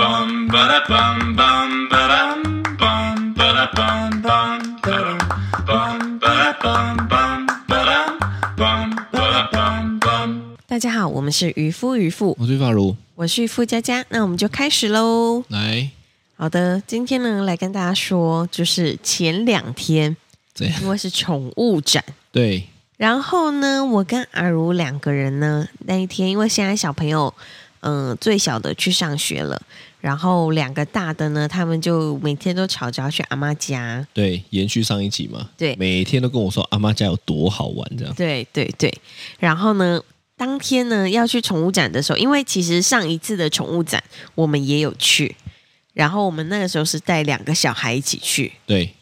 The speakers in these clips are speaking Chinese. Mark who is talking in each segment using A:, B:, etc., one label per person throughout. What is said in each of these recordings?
A: bum ba da bum bum ba dum bum ba da bum bum ba dum bum ba da bum bum ba dum bum ba da bum bum.
B: 大家好，我们是渔夫渔妇，
C: 我是发如，
B: 我是付佳佳，那我们就开始喽。
C: 来
B: 好的，今天呢来跟大家说，就是前两天
C: 怎样？
B: 因为是宠物展，
C: 对，
B: 然后呢，我跟阿如两个人呢那一天，因为现在小朋友，嗯、最小的去上学了，然后两个大的呢，他们就每天都吵着要去阿妈家。
C: 对，延续上一集嘛，
B: 对
C: 每天都跟我说阿妈家有多好玩，这样，
B: 对对对，然后呢，当天呢要去宠物展的时候，因为其实上一次的宠物展我们也有去，然后我们那个时候是带两个小孩一起去，
C: 对，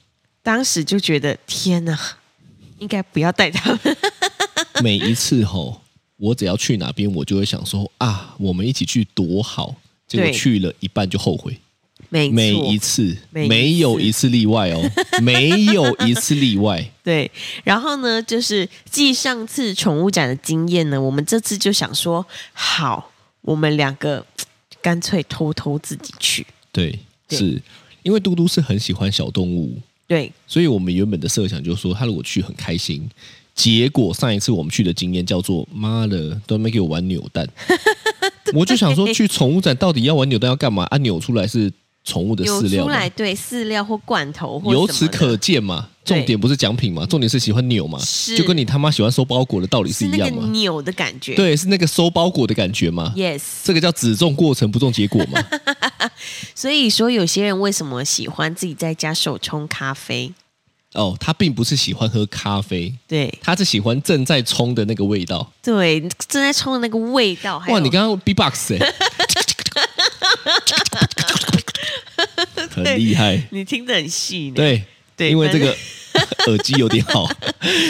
B: 当时就觉得天哪，应该不要带他们。
C: 每一次吼，我只要去哪边，我就会想说啊，我们一起去多好，结果
B: 对
C: 去了一半就后悔，
B: 没
C: 每
B: 错
C: 一次，
B: 每一次
C: 没有一次例外 哦，没有一次例外，
B: 对，然后呢，就是继上次宠物展的经验呢，我们这次就想说，好，我们两个干脆偷偷自己去。
C: 对，
B: 对
C: 是因为嘟嘟是很喜欢小动物，
B: 对
C: 所以我们原本的设想就是说，他如果去很开心。结果上一次我们去的经验叫做“妈的，都没给我玩扭 蛋”，我就想说去宠物展到底要玩扭蛋要干嘛？啊，扭出来是宠物的
B: 有
C: 饲料
B: 出
C: 嘛，
B: 来对饲料或罐头或
C: 由
B: 什么
C: 此
B: 的
C: 可见嘛，
B: 对嗯
C: 重点不是奖品嘛，重点是喜欢扭嘛，
B: 是
C: 就跟你他妈喜欢收包裹的道理
B: 是
C: 一
B: 那个
C: 样嘛，
B: 扭的感觉。
C: 对，是啊那个收包裹的感觉嘛，
B: ，yes。
C: 这个叫只重过程不重结果嘛，
B: 所以说，有些人为什么喜欢自己在家手冲咖啡？
C: 哦，他并不是喜欢喝咖啡，
B: 对
C: 他是喜欢正在冲的那个味道。
B: 对，正在冲的那个味道，还有
C: 哇，你刚刚 B-box 哎、很厉害。
B: 你听得很细呢。
C: 对
B: 对
C: 因为
B: 反
C: 这
B: 正
C: 个耳机有点 好。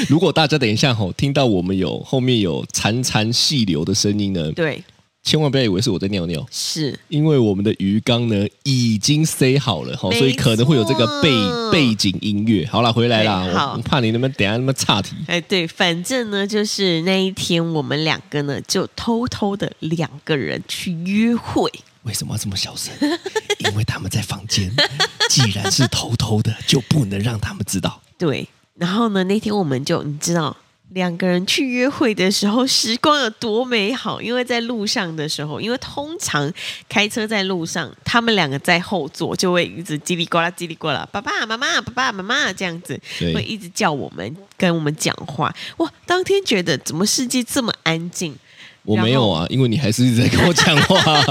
C: 如果大家等一下吼、听到我们有后面有潺潺细流的声音呢，
B: 对
C: 千万不要以为是我在尿尿，
B: 是
C: 因为我们的鱼缸呢已经塞好了吼、
B: 没
C: 所以可能会有这个背
B: 错
C: 背景音乐。好啦，回来啦，
B: 对好
C: 我我怕你那边等一下那么岔题。
B: 哎，对，反正呢，就是那一天我们两个呢，就偷偷的两个人去约会。
C: 为什么要这么小声？ 因为他们在房间， 既然是偷偷的，就不能让他们知道。
B: 对，然后呢，那天我们就你知道，两个人去约会的时候，时光有多美好。因为在路上的时候，因为通常开车在路上，他们两个在后座就会一直叽里呱啦、叽里呱啦，爸爸妈妈、爸爸妈妈这样子，
C: 对
B: 会一直叫我们跟我们讲话。哇，当天觉得怎么世界这么安静？
C: 我
B: 然后
C: 没有啊，因为你还是一直在跟我讲 话。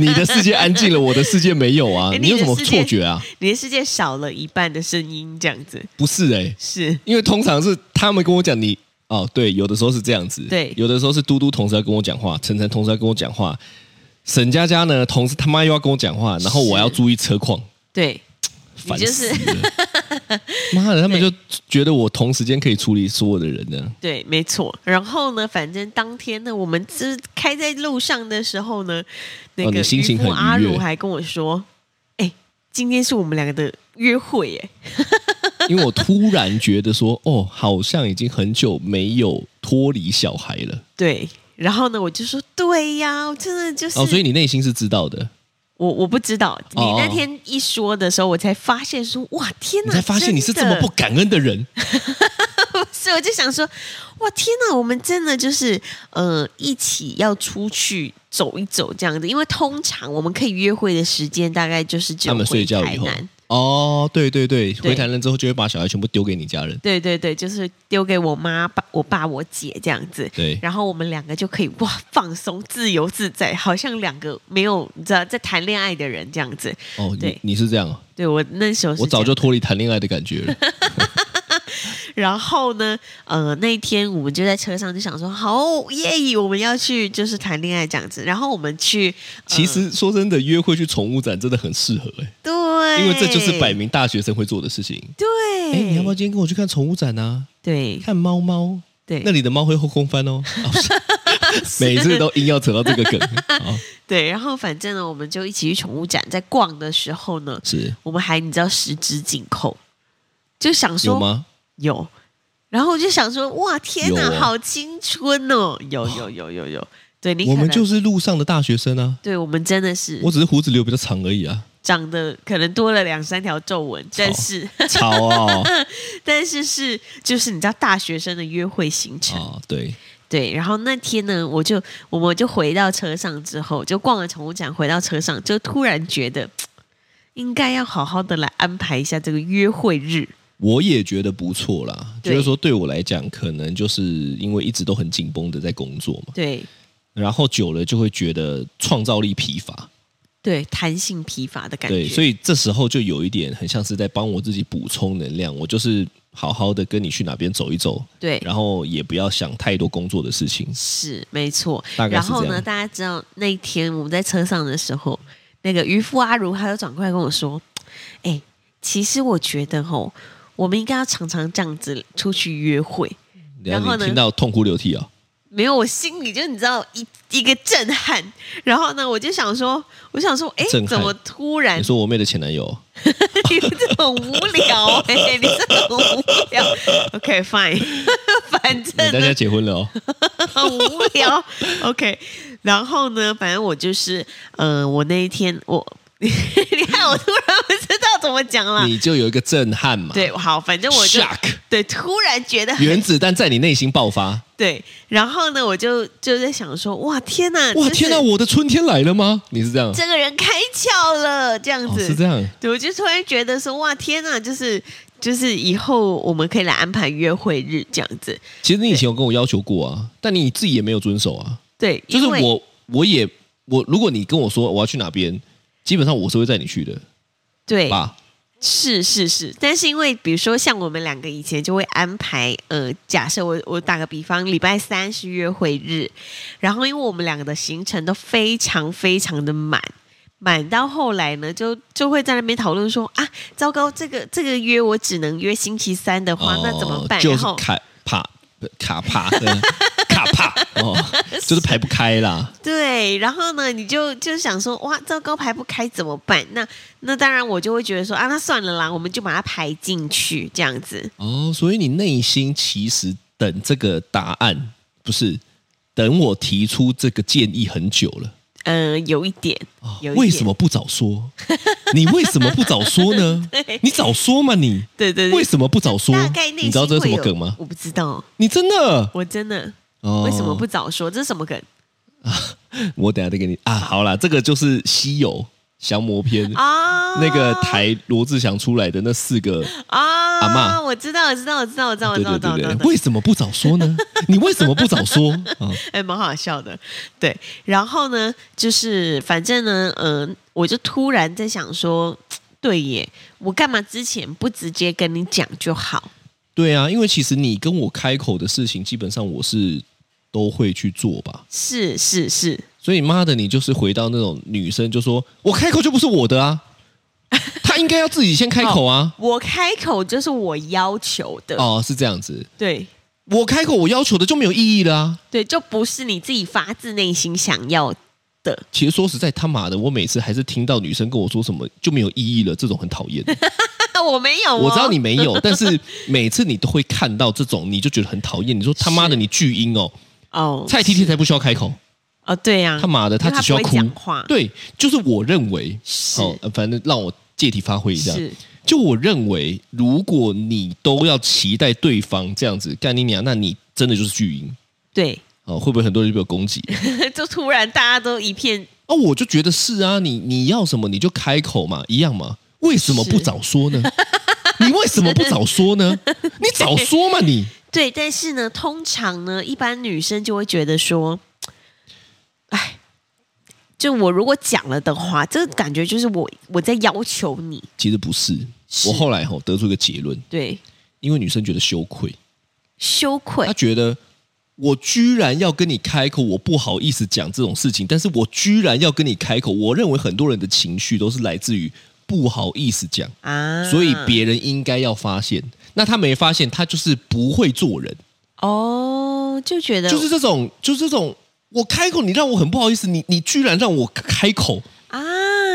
C: 你的世界安静了，我的世界没有啊。
B: 哎
C: 你有什么
B: 你的世界
C: 错觉啊？
B: 你的世界少了一半的声音，这样子
C: 不是哎、
B: 是。
C: 因为通常是他们跟我讲你哦，对，有的时候是这样子，
B: 对
C: 有的时候是嘟嘟同时要跟我讲话，晨晨同时要跟我讲话，沈佳佳呢同时他妈又要跟我讲话，然后我要注意车况，
B: 对，
C: 烦
B: 就
C: 死
B: 是
C: 了。 妈的，他们就觉得我同时间可以处理所有的人呢。
B: 对，没错。然后呢，反正当天呢，我们就是开在路上的时候呢，那
C: 哦
B: 个
C: 你心情
B: 渔夫
C: 很愉
B: 阿
C: 悦
B: 鲁还跟我说：“哎、今天是我们两个的约会耶。
C: 因为我突然觉得说，哦，好像已经很久没有脱离小孩了。”
B: 对。然后呢，我就说：“对呀，我真的就是……
C: 哦，所以你内心是知道的，
B: 我我不知道，你
C: 哦
B: 那
C: 哦
B: 天一说的时候，我才发现说，哇，天
C: 你
B: 哪！
C: 才发现你是这
B: 真
C: 么
B: 的
C: 不感恩的人。
B: 所以我就想说，哇，天哪，我们真的就是呃，一起要出去走一走这样子，因为通常我们可以约会的时间大概就是只
C: 他
B: 有
C: 们睡
B: 回
C: 觉
B: 台
C: 以后
B: 南。，
C: 哦，对对对，回台南之后就会把小孩全部丢给你家人。
B: 对对对，就是丢给我妈、爸、我爸、我姐这样子，
C: 对，
B: 然后我们两个就可以哇放松、自由自在，好像两个没有你知道在谈恋爱的人这样子。
C: 哦，你
B: 对
C: 你是这样啊，
B: 对我那时候是
C: 我早
B: 这
C: 就
B: 样，
C: 脱离谈恋爱的 感觉了。
B: 然后呢，呃，那一天我们就在车上就想说，好耶，我们要去就是谈恋爱这样子。然后我们去，呃
C: 其实
B: 嗯
C: 说真的，约会去宠物展真的很适合哎、
B: 对，
C: 因为这就是摆明大学生会做的事情。
B: 对，
C: 哎，你要不要今天跟我去看宠物展啊？
B: 对
C: 看猫猫，
B: 对
C: 那里的猫会后空翻 哦。哦是每次都硬要扯到这个梗啊，
B: 对，然后反正呢，我们就一起去宠物展，在逛的时候呢，
C: 是
B: 我们还你知道十指紧扣，就想说
C: 有吗？
B: 有然后我就想说，哇，天哪，
C: 有哦
B: 好青春哦！有有有有有，对你可
C: 我
B: 能
C: 们就是路上的大学生啊，
B: 对我们真的是
C: 我只是胡子留比较长而已 啊。
B: 长得可能多了两三条皱纹，但是
C: 吵哦，
B: 但是是就是你知道大学生的约会行程。
C: 哦，对，
B: 对，然后那天呢，我就我们就回到车上之后，就逛了宠物展，回到车上就突然觉得，嘖应该要好好的来安排一下这个约会日。
C: 我也觉得不错啦。
B: 对
C: 就是说，对我来讲，可能就是因为一直都很紧绷的在工作嘛，
B: 对
C: 然后久了就会觉得创造力疲乏，
B: 对，弹性疲乏的感觉。
C: 对，所
B: 以
C: 以这时候就有一点很像是在帮我自己补充能量。我就是好好的跟你去哪边走一走，
B: 对
C: 然后也不要想太多工作的事情。
B: 是没错。
C: 大概
B: 然
C: 是这
B: 后呢，
C: 样
B: 大家知道那一天我们在车上的时候，那个渔夫阿如他就转过来跟我说：“哎，其实我觉得吼，我们应该要常常这样子出去约会。”然后呢
C: 你听到痛哭流涕啊、
B: 没有，我心里就你知道一一个震撼，然后呢，我就想说，我想说，哎
C: 震，撼
B: 怎么突然
C: 你说我妹的前男友，
B: 你这很无聊哎、 你这很无聊。OK fine，反
C: 你
B: 正
C: 大
B: 呢
C: 家结 婚了哦，
B: 很无聊。OK，然后呢，反正我就是，嗯、我那一天我， 你看我突然不知道怎么讲了。
C: 你就有一个震撼嘛，
B: 对，好，反正我就
C: ，shock，
B: 对，突然觉得很
C: 原子弹在你内心 爆发。
B: 对，然后呢，我就就在想说，哇，天哪，
C: 哇，
B: 就是
C: 天哪，我的春天来了吗？你是这样，
B: 这个人开窍了，这样
C: 哦，
B: 子。
C: 是这样，
B: 对，我就突然觉得说，哇，天哪，就是就是以后我们可以来安排约会日这样子。
C: 其实你以前有跟我要求过啊，但你自己也没有遵守啊。
B: 对，
C: 就是
B: 因为
C: 我，我也我，如果你跟我说我要去哪边，基本上我是会带你去的
B: 对
C: 吧？
B: 是是是，但是因为比如说像我们两个以前就会安排，呃，假设我我打个比方，礼拜三是约会日，然后因为我们两个的行程都非常非常的满。满到后来呢，就就会在那边讨论说啊，糟糕，这个这个约我只能约星期三的话，那怎么办？
C: 哦就是
B: 然后
C: 卡帕不卡帕呃卡帕 哦，就是排不开啦。
B: 对，然后呢，你就就想说，哇，糟糕，排不开怎么办？那那当然，我就会觉得说，啊，那算了啦，我们就把它排进去，这样子。
C: 哦，所以你内心其实等这个答案，不是等我提出这个建议很久了。
B: 嗯、有一点，
C: 哦
B: 有一点
C: 为什么不早说？ 你为什么不早说呢？你早说嘛你！
B: 对对对，
C: 为什么不早说？
B: 大概内心
C: 你知道这是什
B: 会
C: 么
B: 有
C: 梗吗？
B: 我不知道，
C: 你真的？
B: 我真的、
C: 哦
B: 为什么不早说？这是什么梗
C: 我等一下再给你啊。好啦，这个就是稀有降魔篇、
B: 啊？
C: 那个台罗志祥出来的那四个，
B: 啊，
C: 阿嬷
B: 我知道，我知道，我知道，我知道，我
C: 对
B: 知道，
C: 对
B: 我知道，我知道
C: 对对
B: 我知，道
C: 为什么不早说呢？你为什么不 早说啊？
B: 哎，蛮好笑的。对，然后呢，就是反正呢，嗯、我就突然在想说，对耶，我干嘛之前不直接跟你讲就好？
C: 对啊，因为其实你跟我开口的事情，基本上我是都会去做吧。
B: 是是是，
C: 所以妈的，你就是回到那种女生就说，我开口就不是我的啊，她应该要自己先开 口啊。
B: 我开口就是我要求的，
C: 哦，是这样子，
B: 对
C: 我开口我要求的就没有意义了啊。
B: 对，就不是你自己发自内心想要的。
C: 其实说实在，他妈的，我每次还是听到女生跟我说什么就没有意义了，这种很讨厌。
B: 我没有、哦，
C: 我知道你没有，但是每次你都会看到这种，你就觉得很讨厌。你说他妈的，
B: 是
C: 你巨婴哦！
B: 哦，
C: 蔡提提才不需要开口，
B: 哦，对呀、啊，
C: 他妈的，
B: 因为
C: 只需要
B: 不
C: 哭
B: 会讲话，，
C: 对，就是我认为，
B: 是
C: 哦，呃反正让我借题发挥一下。
B: 是
C: 就我认为，如果你都要期待对方这样子干你娘，那你真的就是巨婴
B: 对，
C: 哦！会不会很多人就被我攻击？
B: 就突然大家都一片
C: 哦，我就觉得是啊，你你要什么你就开口嘛，一样嘛。为什么不
B: 是
C: 早说呢？你为什么不早说呢？你早说 嘛你！
B: 对，但是呢，通常呢，一般女生就会觉得说，哎，就我如果讲了的话，这个感觉就是我我在要求你，
C: 其实不是，
B: 是
C: 我后来吼、得出一个结论，
B: 对，
C: 因为女生觉得羞愧，
B: 羞愧
C: 她，觉得我居然要跟你开口，我不好意思讲这种事情，但是我居然要跟你开口，我认为很多人的情绪都是来自于不好意思讲，
B: 啊
C: 所以别人应该要发现，那她没发现，她就是不会做人，
B: 哦，就觉得
C: 就是这种，就是这种。我开口，你让我很不好意思，你你居然让我开口，
B: 啊，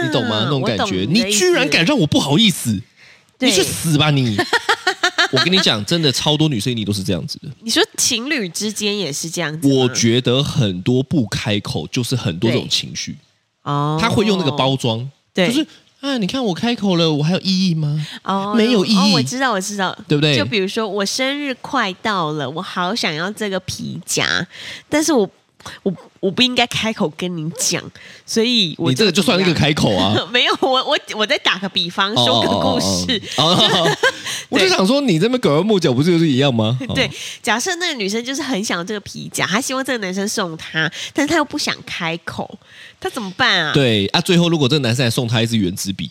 C: 你懂吗？那种
B: 嗯我
C: 感
B: 懂
C: 觉，
B: 的
C: 你
B: 意
C: 居然
B: 思
C: 敢让我不好意思，
B: 对
C: 你去死吧你！ 我跟你讲，真的超多女生一定都是这样子的。
B: 你说情侣之间也是这样子吗，
C: 我觉得很多不开口，就是很多这种
B: 对
C: 情绪，
B: 哦，
C: 他会用那个包装，
B: 对
C: 就是啊，你看我开口了，我还有意义吗？
B: 哦，
C: 没有意义
B: 哦我知道，我知道，
C: 对不对
B: 就比如说我生日快到了，我好想要这个皮夹，但是我我我不应该开口跟你讲，所以我
C: 你这个就算一个
B: 怎么样。
C: 开口啊。
B: 没有，我我我再打个比方， 说个故事。
C: 哦哦哦 哦哦我就想说，你这边拐弯抹角不是就是一样吗？哦
B: 对，假设那个女生就是很想要这个皮夹，她希望这个男生送她，但是她又不想开口，她怎么办啊？
C: 对啊，最后如果这个男生还送她一支圆 珠笔，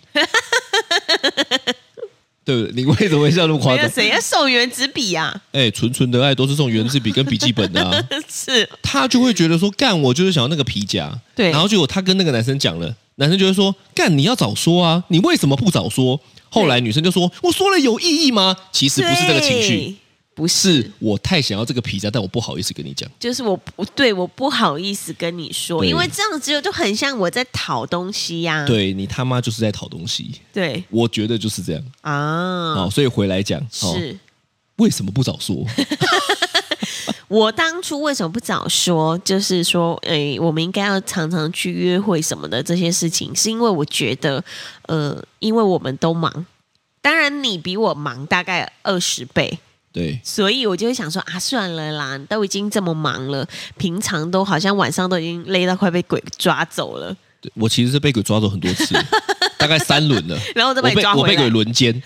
C: 对不对？你为什么会笑那么夸
B: 没有
C: 张？
B: 哎谁要送原子笔啊？
C: 哎，纯纯的爱都是送圆珠笔跟笔记本的、啊，
B: 是
C: 他就会觉得说，干我就是想要那个皮夹，
B: 对
C: 然后结果他跟那个男生讲了，男生就会说，干你要早说啊，你为什么不早说？后来女生就说，我说了有意义吗？其实不是这个情绪，
B: 对，不
C: 是我太想要这个皮夹，但我不好意思跟你讲。
B: 就是我不对我不好意思跟你说，
C: 对
B: 因为这样子就很像我在讨东西呀、
C: 对你他妈就是在讨东西，
B: 对
C: 我觉得就是这样。
B: 啊，
C: 好、所以回来讲，好
B: 是
C: 为什么不早说？
B: 我当初为什么不早说？就是说，诶，我们应该要常常去约会什么的这些事情，是因为我觉得，呃，因为我们都忙，当然你比我忙大概二十倍，
C: 对
B: 所以我就会想说啊，算了啦，都已经这么忙了，平常都好像晚上都已经累到快被鬼抓走了，
C: 对我其实是被鬼抓走很多 次，大概三轮了，
B: 然后再
C: 我
B: 把你
C: 被
B: 抓
C: 我
B: 回
C: 被
B: 来
C: 鬼。轮奸，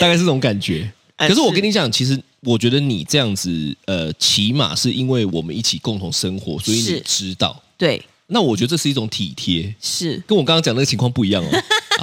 C: 大概是这种感觉。
B: 呃
C: 可是我跟
B: 是
C: 你讲，其实我觉得你这样子，呃，起码是因为我们一起共同生活，所以你
B: 是
C: 知道。
B: 对，
C: 那我觉得这是一种体贴，
B: 是
C: 跟我刚刚讲那个情况不一样 哦。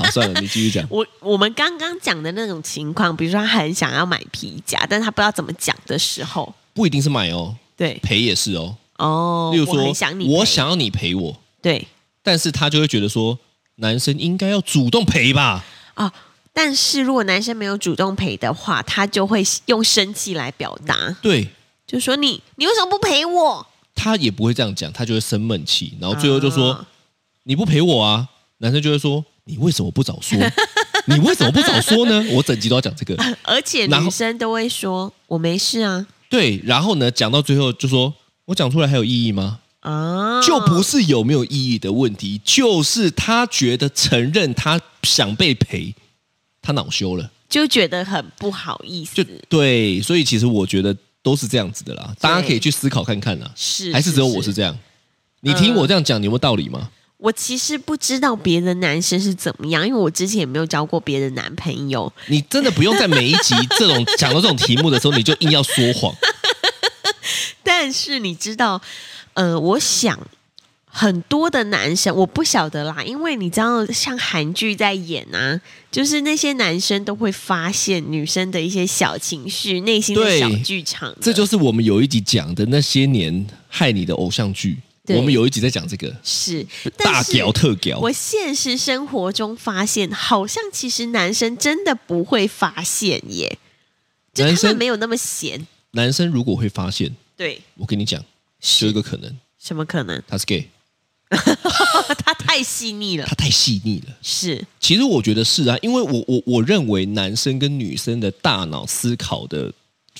C: 啊，算了，你继续讲。
B: 我我们刚刚讲的那种情况，比如说他很想要买皮夹，但是他不知道怎么讲的时候，
C: 不一定是买哦，
B: 对，
C: 陪也是哦。
B: 哦，
C: 例如
B: 我
C: 说，
B: 很想你陪，
C: 我想要你陪我，
B: 对
C: 但是他就会觉得说，男生应该要主动陪吧？
B: 哦，但是如果男生没有主动陪的话，他就会用生气来表达，
C: 对
B: 就说你你为什么不陪我？
C: 他也不会这样讲，他就会生闷气，然后哦最后就说、
B: 啊
C: 你不陪我啊，男生就会说你为什么不早说？你为什么不早说呢？ 我整集都要讲这个。
B: 而且
C: 然后
B: 女生都会说我没事啊
C: 对，然后呢，讲到最后就说，我讲出来还有意义吗？
B: 啊，
C: 就不是有没有意义的问题，就是他觉得承认他想被陪，他恼羞了。
B: 就觉得很不好意思
C: 就，对，所以其实我觉得都是这样子的啦，大家可以去思考看看啦。
B: 是
C: 还是只有我是嗯这样？你听我这样讲，你有没有道理吗？
B: 我其实不知道别的男生是怎么样，因为我之前也没有交过别的男朋友。
C: 你真的不用在每一集这 种讲到这种题目的时候，你就硬要说谎。
B: 但是你知道，呃，我想很多的男生我不晓得啦，因为你知道，像韩剧在演啊，就是那些男生都会发现女生的一些小情绪、内心的
C: 对
B: 小剧场的。
C: 这就是我们有一集讲的那些年害你的偶像剧，
B: 对
C: 我们有一集在讲这个
B: 是
C: 大
B: 但是
C: 屌特屌。
B: 我现实生活中发现，好像其实男生真的不会发现耶，就
C: 男
B: 他们
C: 生
B: 没有那么闲。
C: 男生如果会发现，
B: 对，
C: 我跟你讲，只有一个可能，
B: 什么可能？
C: 他是 gay，
B: 他太细腻了
C: 他，太细腻了。
B: 是
C: 其实我觉得是啊，因为我我我认为男生跟女生的大脑思考的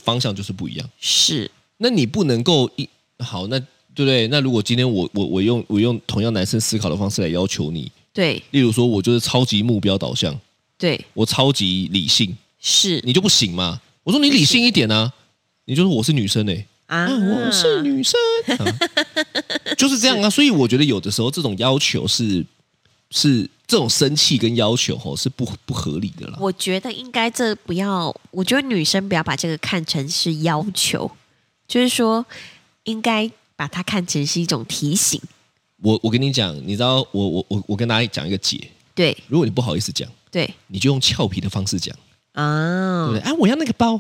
C: 方向就是不一样。
B: 是，
C: 那你不能够一好，那对不对？那如果今天我我我用我用同样男生思考的方式来要求你，
B: 对
C: 例如说我就是超级目标导向，
B: 对
C: 我超级理性，
B: 是
C: 你就不行嘛？我说你理性一点啊，你就说我是女生哎、
B: 啊
C: 啊，我是女生，啊就是这样啊。所以我觉得有的时候这种要求是是这种生气跟要求吼是不不合理的啦。
B: 我觉得应该这不要，我觉得女生不要把这个看成是要求，就是说应该把它看成是一种提醒。
C: 我我跟你讲，你知道我我我我跟大家讲一个解，
B: 对
C: 如果你不好意思讲，
B: 对
C: 你就用俏皮的方式讲。对不
B: 啊
C: 对？啊，我要那个包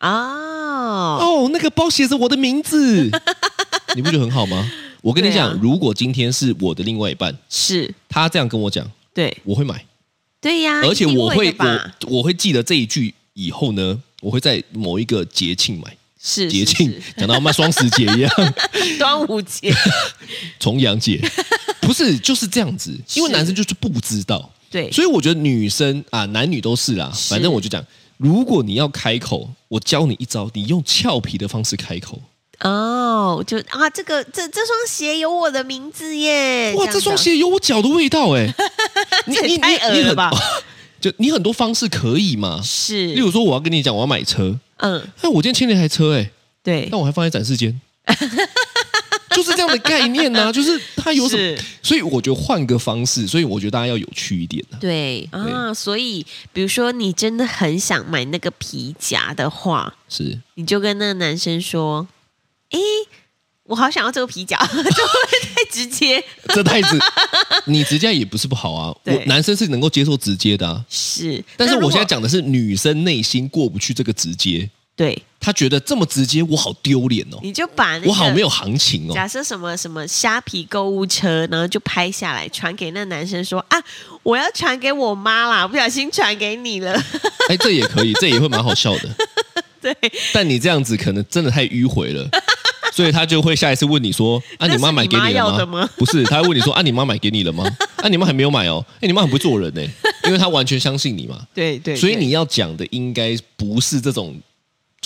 B: 哦，
C: 哦，那个包写着我的名字， 你不觉得很好吗？我跟你讲，
B: 对啊
C: 如果今天是我的另外一半，
B: 是
C: 他这样跟我讲，
B: 对
C: 我会买，
B: 对呀，
C: 而且
B: 一定
C: 我
B: 会
C: 会
B: 的吧
C: 我我会记得这一句以后呢，我会在某一个节庆买。
B: 是
C: 节庆
B: 是
C: 讲到他妈双十节一样，
B: 是端午 节，
C: 重 阳节不是就是这样子，因为
B: 是
C: 男生就是不知道，
B: 对
C: 所以我觉得女生啊，男女都是啦，
B: 是
C: 反正我就讲，如果你要开口，我教你一招，你用俏皮的方式开口。
B: 哦，就啊，这个这这双鞋有我的名字耶！
C: 哇，
B: 样
C: 这双
B: 子啊
C: 鞋有我脚的味道 哎、你
B: 这也
C: 你
B: 太恶
C: 你你
B: 了
C: 很
B: 吧
C: 就你很多方式可以嘛？例
B: 是，
C: 如说，我要跟你讲我要买车，
B: 嗯，
C: 那我今天签了一台车哎、
B: 对
C: 但，我还放在展示间，就是这样的概念呐、就是它有什么
B: 是？
C: 所以我觉得换个方式，所以我觉得大家要有趣一点啊。
B: 对啊，所以比如说你真的很想买那个皮夹的话，
C: 是，
B: 你就跟那个男生说：“诶，我好想要这个皮夹。” 就会太直接。
C: 这太子，你直接也不是不好啊。我
B: 对
C: 男生是能够接受直接的啊，
B: 是，
C: 但是
B: 那如
C: 我
B: 果
C: 现在讲的是女生内心过不去这个直接，
B: 对，
C: 她觉得这么直接我好丢脸哦，
B: 你就把那个
C: 我好没有行情哦。
B: 假设什么什么虾皮购物车，然后就拍下来传给那男生说啊，我要传给我妈啦，不小心传给你了。
C: 哎，这也可以，这也会蛮好笑的。
B: 对，
C: 但你这样子可能真的太迂回了， 所以他就会下一次问你说：“啊，
B: 那是
C: 你妈买
B: 你
C: 给
B: 妈
C: 你
B: 要
C: 了
B: 的
C: 吗？”
B: 吗
C: 不是，他会问你说：“啊，你妈买给你了 吗？啊，你妈还没有买哦。哎，你妈很不会做人呢、因为她完全相信你嘛。
B: 对对
C: 所以你要讲的应该不是这种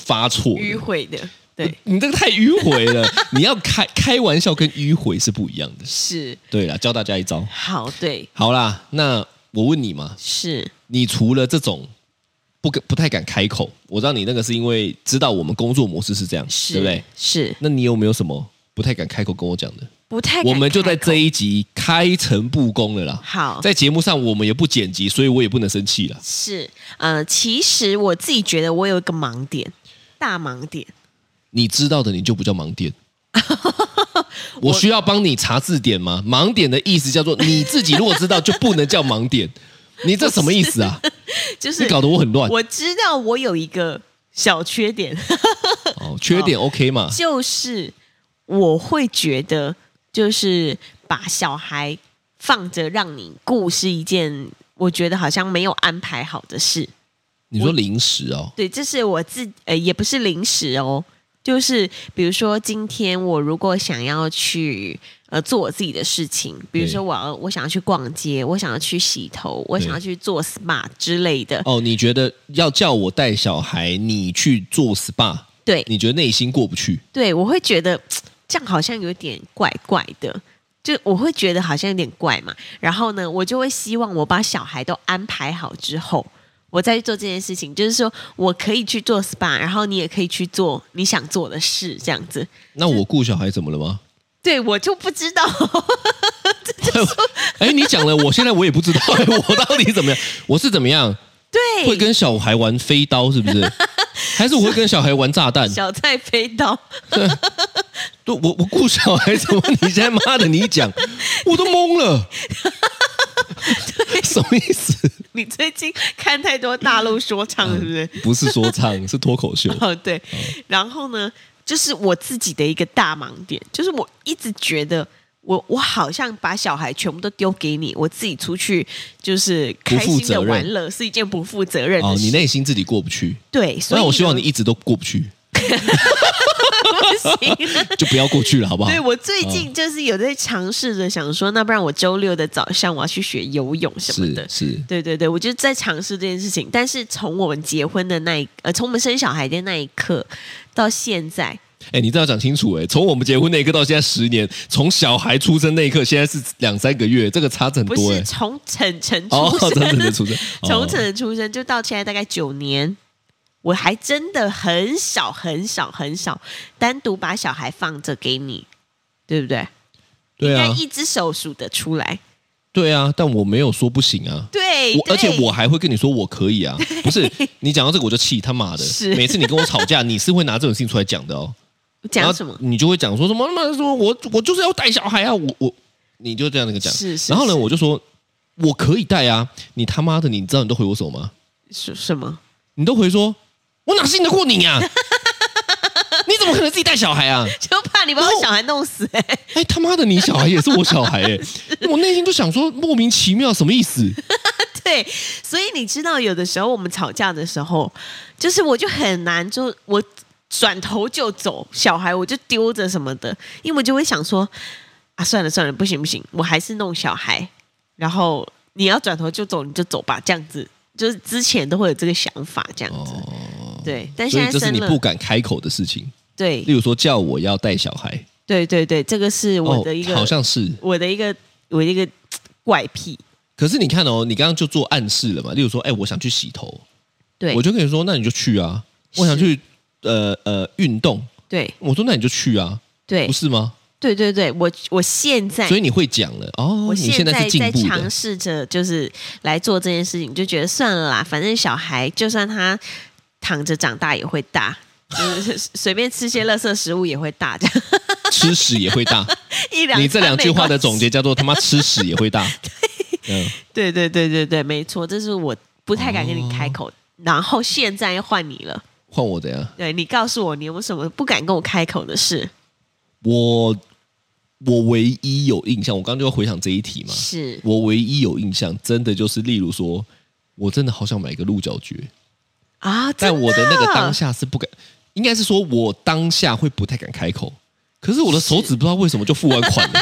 C: 发错的，
B: 迂回的，对，
C: 你这个太迂回了。 你要开开玩笑跟迂回是不一样的。
B: 是
C: 对啦，教大家一招。
B: 好，对，
C: 好啦，那我问你嘛，
B: 是
C: 你除了这种不敢不太敢开口，我知道你那个是因为知道我们工作模式是这样，
B: 是，
C: 对不对？
B: 是
C: 那你有没有什么不太敢开口跟我讲的？
B: 不太敢
C: 我们就在这
B: 开口
C: 一集开诚布公了啦。
B: 好
C: 在节目上我们也不剪辑，所以我也不能生气了。
B: 是呃，其实我自己觉得我有一个盲点，大盲点。
C: 你知道的，你就不叫 盲点。我需要帮你查字典吗？盲点的意思叫做你自己如果知道就不能叫 盲点，你这什么意思啊？
B: 就是
C: 你搞得我很乱。
B: 我知道我有一个小缺 点，
C: 哦，缺点 OK 嘛？
B: 就是我会觉得，就是把小孩放着让你顾是一件我觉得好像没有安排好的事。
C: 你说零食哦，
B: 对，这是我自呃，也不是零食哦，就是比如说今天我如果想要去呃做我自己的事情，比如
C: 对
B: 说我要我想要去逛街，我想要去洗头，我
C: 对
B: 想要去做 SPA 之类的，
C: 哦，你觉得要叫我带小孩你去做 SPA，
B: 对
C: 你觉得内心过不去？
B: 对，我会觉得这样好像有点怪怪的。就我会觉得好像有点怪嘛，然后呢，我就会希望我把小孩都安排好之后，我再去做这件事情。就是说我可以去做 SPA，然后你也可以去做你想做的事，这样子。
C: 那我顾小孩怎么了吗？
B: 对我就不知道，
C: 哎，你讲了，我现在我也不知道、 我到底怎么样，我是怎么样
B: 对，
C: 会跟小孩玩飞刀是 不是？还是我会跟小孩玩炸弹？
B: 小菜飞刀，
C: 对，我我顾小孩怎么？你现在妈的，你 一讲我都懵了，什么意思？
B: 你最近看太多大陆说唱是不是？
C: 不是说唱，是 脱口秀。
B: 哦，对。然后呢，就是我自己的一个大盲点，就是我一直觉得我我好像把小孩全部都丢给你，我自己出去就是开
C: 不负
B: 心
C: 责
B: 的
C: 任
B: 玩乐是一件不负责任
C: 哦
B: 的，事。
C: 你内心自己过不去，
B: 对，所以
C: 那我希望
B: 呢
C: 你一直都过不去，
B: 不行。
C: 就不要过去了，好不好
B: 对？我最
C: 哦
B: 近就是有在尝试着想说，那不然我周六的早上我要去学游泳什么的
C: 是。是，
B: 对对对，我就是在尝试这件事情，但是从我们结婚的那一呃，从我们生小孩的那一刻到现在，
C: 哎，你这要讲清楚哎。从我们结婚那一刻到现在十年，从小孩出生那一刻，现在是两三个月，这个差很
B: 不
C: 多
B: 是
C: 哎。
B: 从晨晨
C: 哦
B: 出，
C: 真
B: 生，
C: 的出生，哦
B: 从晨晨出生就到现在大概九年，我还真的很少很少很少单独把小孩放着给你，对不对？
C: 对
B: 应该
C: 啊，
B: 一只手数得出来。
C: 对啊，但我没有说不行啊。
B: 对，
C: 我而且
B: 对
C: 我还会跟你说我可以 啊，不是你讲到这个我就气他妈的
B: 是！
C: 每次你跟我吵架，你是会拿这种事情出来讲的哦。然
B: 讲
C: 后
B: 什么？
C: 你就会讲说什么他妈说我我就是要带小孩啊，我我你就这样那个讲。
B: 是是
C: 然后呢，
B: 是
C: 我就说我可以带啊，你他妈的，你知道你都回我什么吗？
B: 什什么？
C: 你都回说我哪信得过你啊？你怎么可能自己带小孩啊？
B: 就怕你把我小孩弄死、欸。
C: 哎他妈的，你小孩也是我小孩 哎、我内心就想说莫名其妙什么意思？
B: 对，所以你知道，有的时候我们吵架的时候，就是我就很难，就我转头就走，小孩我就丢着什么的，因为我就会想说，啊，算了算了，不行不行，我还是弄小孩，然后你要转头就走你就走吧，这样子就是之前都会有这个想法这样子，
C: 哦，
B: 对。但
C: 所
B: 现
C: 以
B: 在
C: 这是
B: 生
C: 你
B: 了，
C: 不敢开口的事情。例
B: 对
C: 如说，叫我要带小孩，
B: 对对对，这个是我
C: 哦
B: 的一，个，
C: 好像是。
B: 我的一个我的一个怪癖，
C: 可是你看哦，你刚刚就做暗示了嘛？例如说，哎，我想去洗头，
B: 对
C: 我就跟你说，那你就去啊。我想去呃呃运动，
B: 对
C: 我说那你就去啊，
B: 对
C: 不是吗？
B: 对对对，我我现在
C: 所以你会讲了哦，
B: 我
C: 你现
B: 在
C: 是进
B: 在
C: 步
B: 尝
C: 的，
B: 试着，就是来做这件事情，就觉得算了啦，反正小孩就算他躺着长大也会大，就是 随便吃些垃圾食物也会大，这样
C: 吃屎也会大。
B: 一两
C: 你这
B: 餐
C: 两
B: 没
C: 句话的
B: 关系
C: 总结叫做他妈吃屎也会大。嗯，
B: 对对对对对，没错，这是我不太敢跟你开
C: 哦
B: 口。然后现在换你了，
C: 换我怎样？
B: 对你告诉我，你有没有什么不敢跟我开口的事？
C: 我我唯一有印象，我刚刚就要回想这一题嘛。
B: 是
C: 我唯一有印象，真的就是例如说，我真的好想买一个鹿角蕨，
B: 啊，
C: 但
B: 真
C: 我的那个
B: 的
C: 当下是不敢，应该是说我当下会不太敢开口。可是我的手指不知道为什么就付完款了，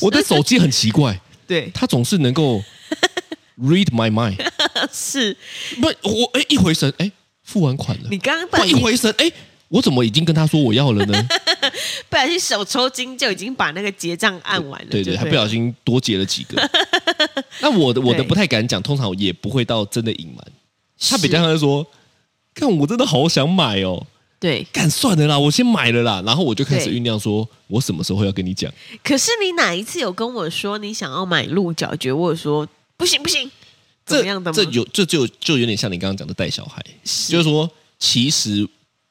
C: 我的手机很奇怪，
B: 对
C: 它总是能够 read my mind。
B: 是
C: 不，我哎一回神，哎付完款了
B: 你，刚刚不
C: 我
B: 小
C: 一
B: 心
C: 回神，哎我怎么已经跟他说我要了呢？
B: 不小心手抽筋就已经把那个结账按完了，
C: 对
B: 对
C: 对，
B: 了，
C: 还不小心多结了几 个。那我的我的
B: 对
C: 不太敢讲，通常也不会到真的隐瞒，他比较像是说，看我真的好想买哦，
B: 对。
C: 干算了啦，我先买了啦，然后我就开始
B: 对
C: 酝酿说，我什么时候要跟你讲？
B: 可是你哪一次有跟我说你想要买鹿角蕨，我有说不行不行，怎
C: 这
B: 么样的吗？
C: 这有这就就有点像你刚刚讲的带小孩，就是说，其实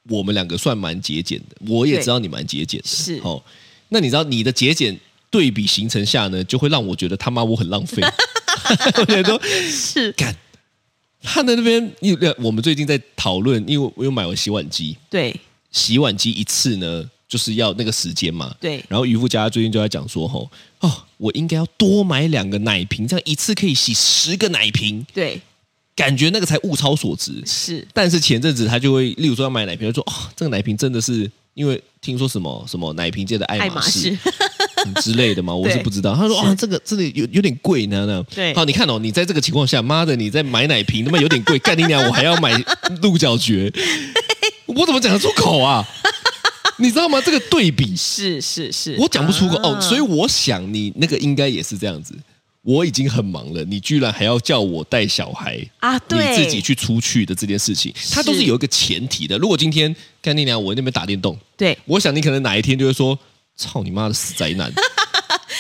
C: 我们两个算蛮节俭的，我也
B: 对
C: 知道你蛮节俭的，
B: 是
C: 哦。那你知道你的节俭对比形成下呢，就会让我觉得他妈我很浪 费，我觉得说
B: 是
C: 干。他在那边，因为我们最近在讨论，因为我又买了洗碗机，
B: 对
C: 洗碗机一次呢，就是要那个时间嘛。
B: 对
C: 然后渔夫家最近就在讲说，吼哦，我应该要多买两个奶瓶，这样一次可以洗十个奶瓶，
B: 对
C: 感觉那个才物超所值。
B: 是
C: 但是前阵子他就会，例如说要买奶瓶，就说哦，这个奶瓶真的是因为听说什么什么奶瓶界的爱
B: 爱
C: 马
B: 马
C: 仕
B: 仕，
C: 之类的嘛，我是不知道。他说
B: 是
C: 啊，这个真的有有点贵呢呢。
B: 对
C: 好，你看哦，你在这个情况下，妈的，你在买奶瓶，他妈有点贵，干你娘，我还要买鹿角蕨，我怎么讲得出口啊？ 你知道吗？这个对比，
B: 是是是，
C: 我讲不出口、
B: 啊
C: 哦。所以我想你那个应该也是这样子。我已经很忙了，你居然还要叫我带小孩
B: 啊对
C: 你自己去出去的这件事情，它都是有一个前提的。如果今天干你娘，我在那边打电动，
B: 对，
C: 我想你可能哪一天就会说：“操你妈的死宅 男，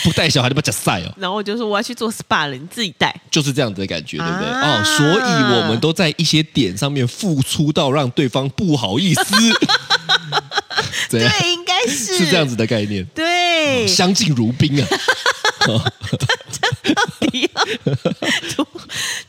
C: 不带小孩他妈假赛哦
B: 然后我就说我要去做 SPA 了，你自己带，！”
C: 就是这样子的感觉，对不对？
B: 啊
C: 哦，所以我们都在一些点上面付出到让对方不好 意思，怎样？
B: 对，应该是
C: 是这样，子的概念，
B: 对，
C: 相敬如宾啊！
B: 底啊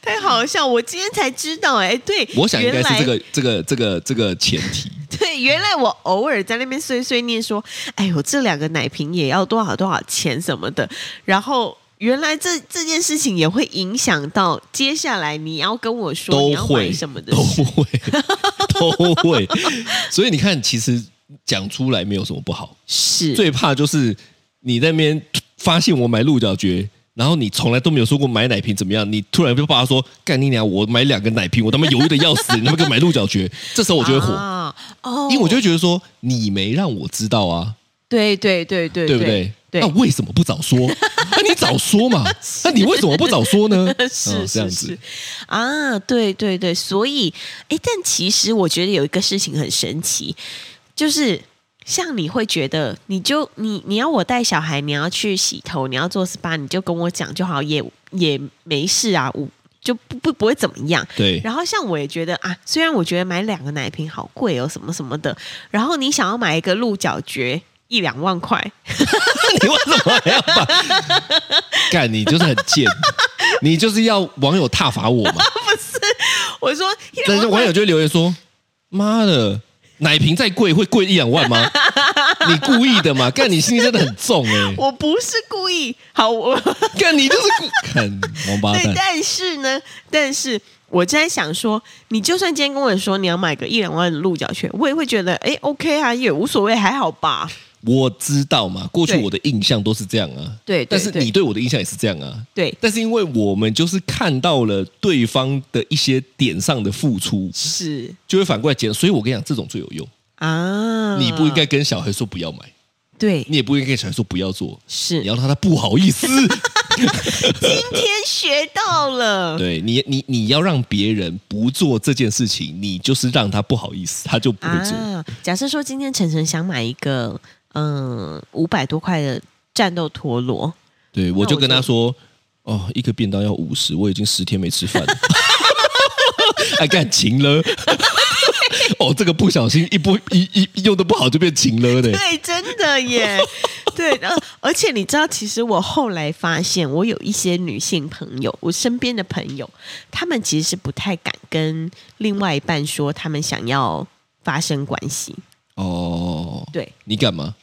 B: 太好笑！我今天才知道、哎，对，
C: 我想应该是这
B: 原来。
C: 个这个这个这个前提。
B: 对，原来我偶尔在那边碎碎念说：“哎呦，这两个奶瓶也要多少多少钱什么的。”然后原来这这件事情也会影响到接下来你要跟我说
C: 都
B: 你要买
C: 会
B: 什么的
C: 都
B: 事
C: 会 都会，所以你看，其实讲出来没有什么不好，
B: 是
C: 最怕就是你在那边发现我买鹿角蕨，然后你从来都没有说过买奶瓶怎么样，你突然被爸爸说干你娘，我买两个奶瓶，我他妈犹豫的要死，你他妈给我买鹿角蕨，这时候我就会火，
B: 啊、哦，
C: 因为我就会觉得说你没让我知道啊，
B: 对对对对对
C: 对不对？
B: 对
C: 那为什么不早说？ 那、你早说嘛，那你为什么不早说 呢？
B: 是、
C: 嗯这
B: 是
C: 样子
B: 是，啊，对对对，所以哎，但其实我觉得有一个事情很神奇，就是像你会觉得，你就你你要我带小孩，你要去洗头，你要做 SPA，你就跟我讲就好，也也没事啊，我就不不不会怎么样。
C: 对，
B: 然后像我也觉得啊，虽然我觉得买两个奶瓶好贵哦，什么什么的，然后你想要买一个鹿角蕨一两万块，
C: 你为什么还要 把？干，你就是很贱，你就是要网友挞伐我嘛。
B: 我说一 两
C: 但是
B: 万
C: 网友就会留言说：“妈的，奶瓶再贵会贵一两万 吗？你故意的嘛？干，你心里真的很重哎、
B: 我不是故意，好我。
C: 干，你就是 故干王八
B: 啊对，
C: 蛋。
B: 但是呢，但是我在想说，你就算今天跟我说你要买个一两万的鹿角犬，我也会觉得，哎，OK 啊，也无所谓，还好吧。
C: 我知道嘛，过去
B: 对
C: 我的印象都是这样啊。
B: 对对
C: 但是
B: 对
C: 你对我的印象也是这样啊。
B: 对，
C: 但是因为我们就是看到了对方的一些点上的付出，
B: 是
C: 就会反过来检，所以我跟你讲，这种最有用。
B: 啊，
C: 你不应该跟小孩说不要买，
B: 对，
C: 你也不应该跟小孩说不要做，
B: 是
C: 你要让他不好意思。
B: 今天学到了，
C: 对你，你你要让别人不做这件事情，你就是让他不好意思，他就不会做。
B: 啊。假设说今天晨晨想买一个嗯五百多块的战斗陀螺，
C: 对我
B: 那
C: 就
B: 我
C: 跟他
B: 就
C: 说，哦，一个便当要五十，我已经十天没吃饭了， 哎，干勤了。 哦，这个不小心一不一一一用的不好就变勤了的。
B: 对，真的 耶，对，然后而且你知道，其实我后来发现，我有一些女性朋友，我身边的朋友，她们其实是不太敢跟另外一半说她们想要发生关系。
C: 哦，
B: 对
C: 你干嘛？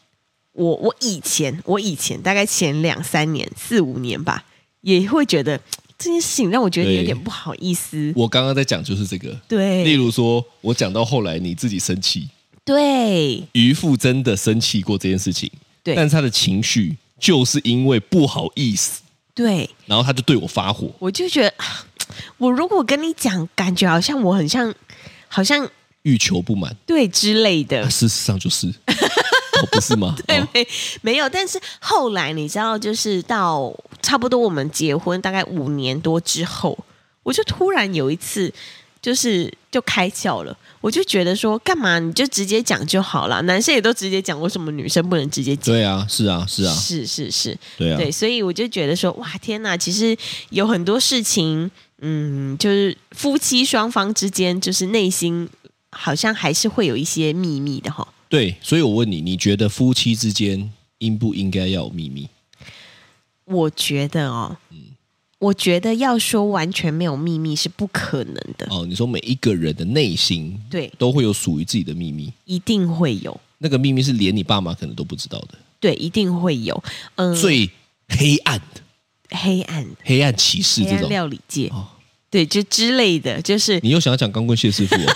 B: 我，我以前，我以前大概前两三年、四五年吧，也会觉得嘖这件事情让我觉得有
C: 对
B: 点不好意思。
C: 我刚刚在讲就是这个。例
B: 对，
C: 如说，我讲到后来你自己生气，
B: 对，
C: 渔夫真的生气过这件事情，但
B: 对，
C: 是他的情绪就是因为不好意思，
B: 对，
C: 然后他就对我发火。
B: 我就觉得， 啊我如果跟你讲，感觉好像我很像，好像。
C: 欲求不满，
B: 对之类的
C: 啊、，事实上就是，哦、不是吗？
B: 对
C: 哦，
B: 没没有，但是后来你知道，就是到差不多我们结婚大概五年多之后，我就突然有一次，就是就开窍了，我就觉得说，干嘛你就直接讲就好了，男生也都直接讲，为什么女生不能直接讲？
C: 对啊，是啊，是啊，
B: 是是是，
C: 对啊，
B: 对，所以我就觉得说，哇，天哪，其实有很多事情，嗯，就是夫妻双方之间，就是内心好像还是会有一些秘密的哈。
C: 对，所以我问你，你觉得夫妻之间应不应该要有秘密？
B: 我觉得哦，我觉得要说完全没有秘密是不可能的，
C: 哦，你说每一个人的内心
B: 对，
C: 都会有属于自己的秘密，
B: 一定会有，
C: 那个秘密是连你爸妈可能都不知道的，
B: 对，一定会有，嗯，
C: 最黑暗的
B: 黑暗
C: 黑暗骑士
B: 黑
C: 这
B: 暗
C: 种。
B: 料理界，
C: 哦
B: 对，就之类的，就是
C: 你又想要讲钢棍谢师傅、 哦？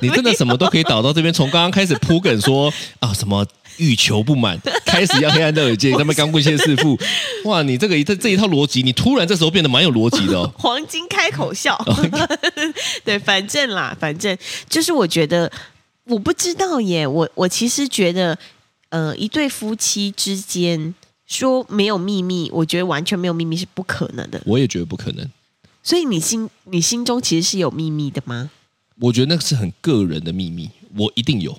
C: 你真的什么都可以导到这边，从刚刚开始铺梗说啊什么欲求不 满，开始要黑暗料理界，那么钢棍谢师傅，哇，你这个一这这一套逻辑，你突然这时候变得蛮有逻辑的哦。
B: 黄金开口笑，对，反正啦，反正就是我觉得，我不知道耶，我我其实觉得，呃，一对夫妻之间说没有秘密，我觉得完全没有秘密是不可能的，
C: 我也觉得不可能，
B: 所以你心你心中其实是有秘密的吗？
C: 我觉得那个是很个人的秘密，我一定有。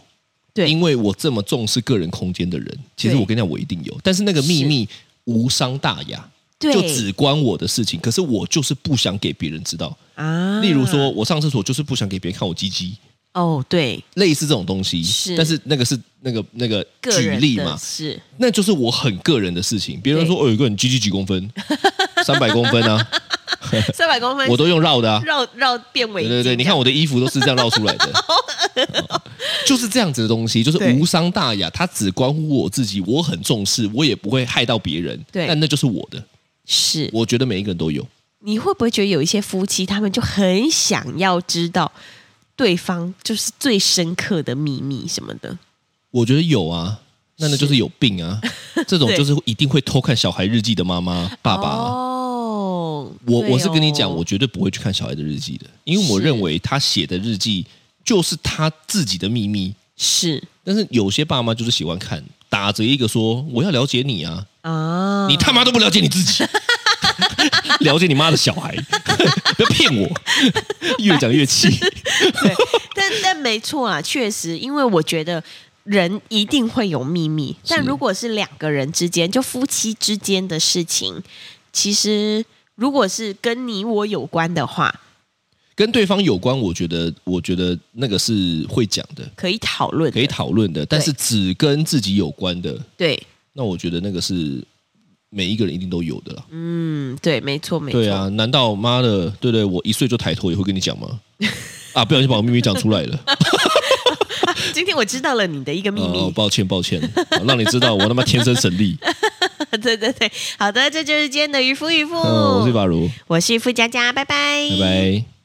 B: 对
C: 因为我这么重视个人空间的人，其实
B: 对
C: 我跟你讲，我一定有。但是那个秘密无伤大雅，
B: 对，
C: 就只关我的事情。可是我就是不想给别人知道。
B: 啊，
C: 例如说，我上厕所就是不想给别人看我鸡鸡，
B: 哦，对，
C: 类似这种东西。
B: 是
C: 但是那个是那个那个
B: 个
C: 举
B: 人
C: 例
B: 的
C: 嘛，
B: 是
C: 那就是我很个人的事情。别人说哦，有一个人鸡鸡几公分， 三百公分 啊，
B: 三百公分，
C: 我都用绕的啊。
B: 绕啊绕变围
C: 对
B: 巾，
C: 对对，你看我的衣服都是这样绕出来的， 哦就是这样子的东西，就是
B: 对
C: 无伤大雅，它只关乎我自己，我很重视，我也不会害到别人。
B: 对
C: 但那就是我的，
B: 是，
C: 我觉得每一个人都有。
B: 你会不会觉得有一些夫妻他们就很想要知道对方就是最深刻的秘密什么的？
C: 我觉得有啊，那那就是有病啊，这种
B: 对
C: 就是一定会偷看小孩日记的妈妈、爸爸啊、
B: 哦，
C: 我
B: 对哦
C: 我是跟你讲，我绝对不会去看小孩的日记的，因为我
B: 是
C: 认为他写的日记就是他自己的秘密。
B: 是
C: 但是有些爸妈就是喜欢看，打着一个说我要了解你啊，
B: 啊，
C: 你他妈都不了解你 自己，了解你妈的小孩， 不要骗 我，越讲越气。
B: 对， 但但没错啊，确实，因为我觉得。人一定会有秘密，但
C: 是
B: 如果是两个人之间，就夫妻之间的事情，其实如果是跟你我有关的话，
C: 跟对方有关，我觉得，我觉得那个是会讲的，
B: 可以讨论的，
C: 可以讨论的，但是只跟自己有关的，
B: 对，
C: 那我觉得那个是每一个人一定都有的啦。
B: 嗯，对，没错，没错，
C: 对啊，难道妈的，对对，我一岁就抬头也会跟你 讲吗？啊，不小心把我秘密讲出来了，
B: 今天我知道了你的一个秘
C: 哦
B: 密，
C: 抱歉抱歉，好让你知道我他妈天生神 力。
B: 对对对，好的，这就是今天的渔夫渔夫，
C: 嗯，我是法如，
B: 我是付佳佳，拜拜，
C: 拜拜。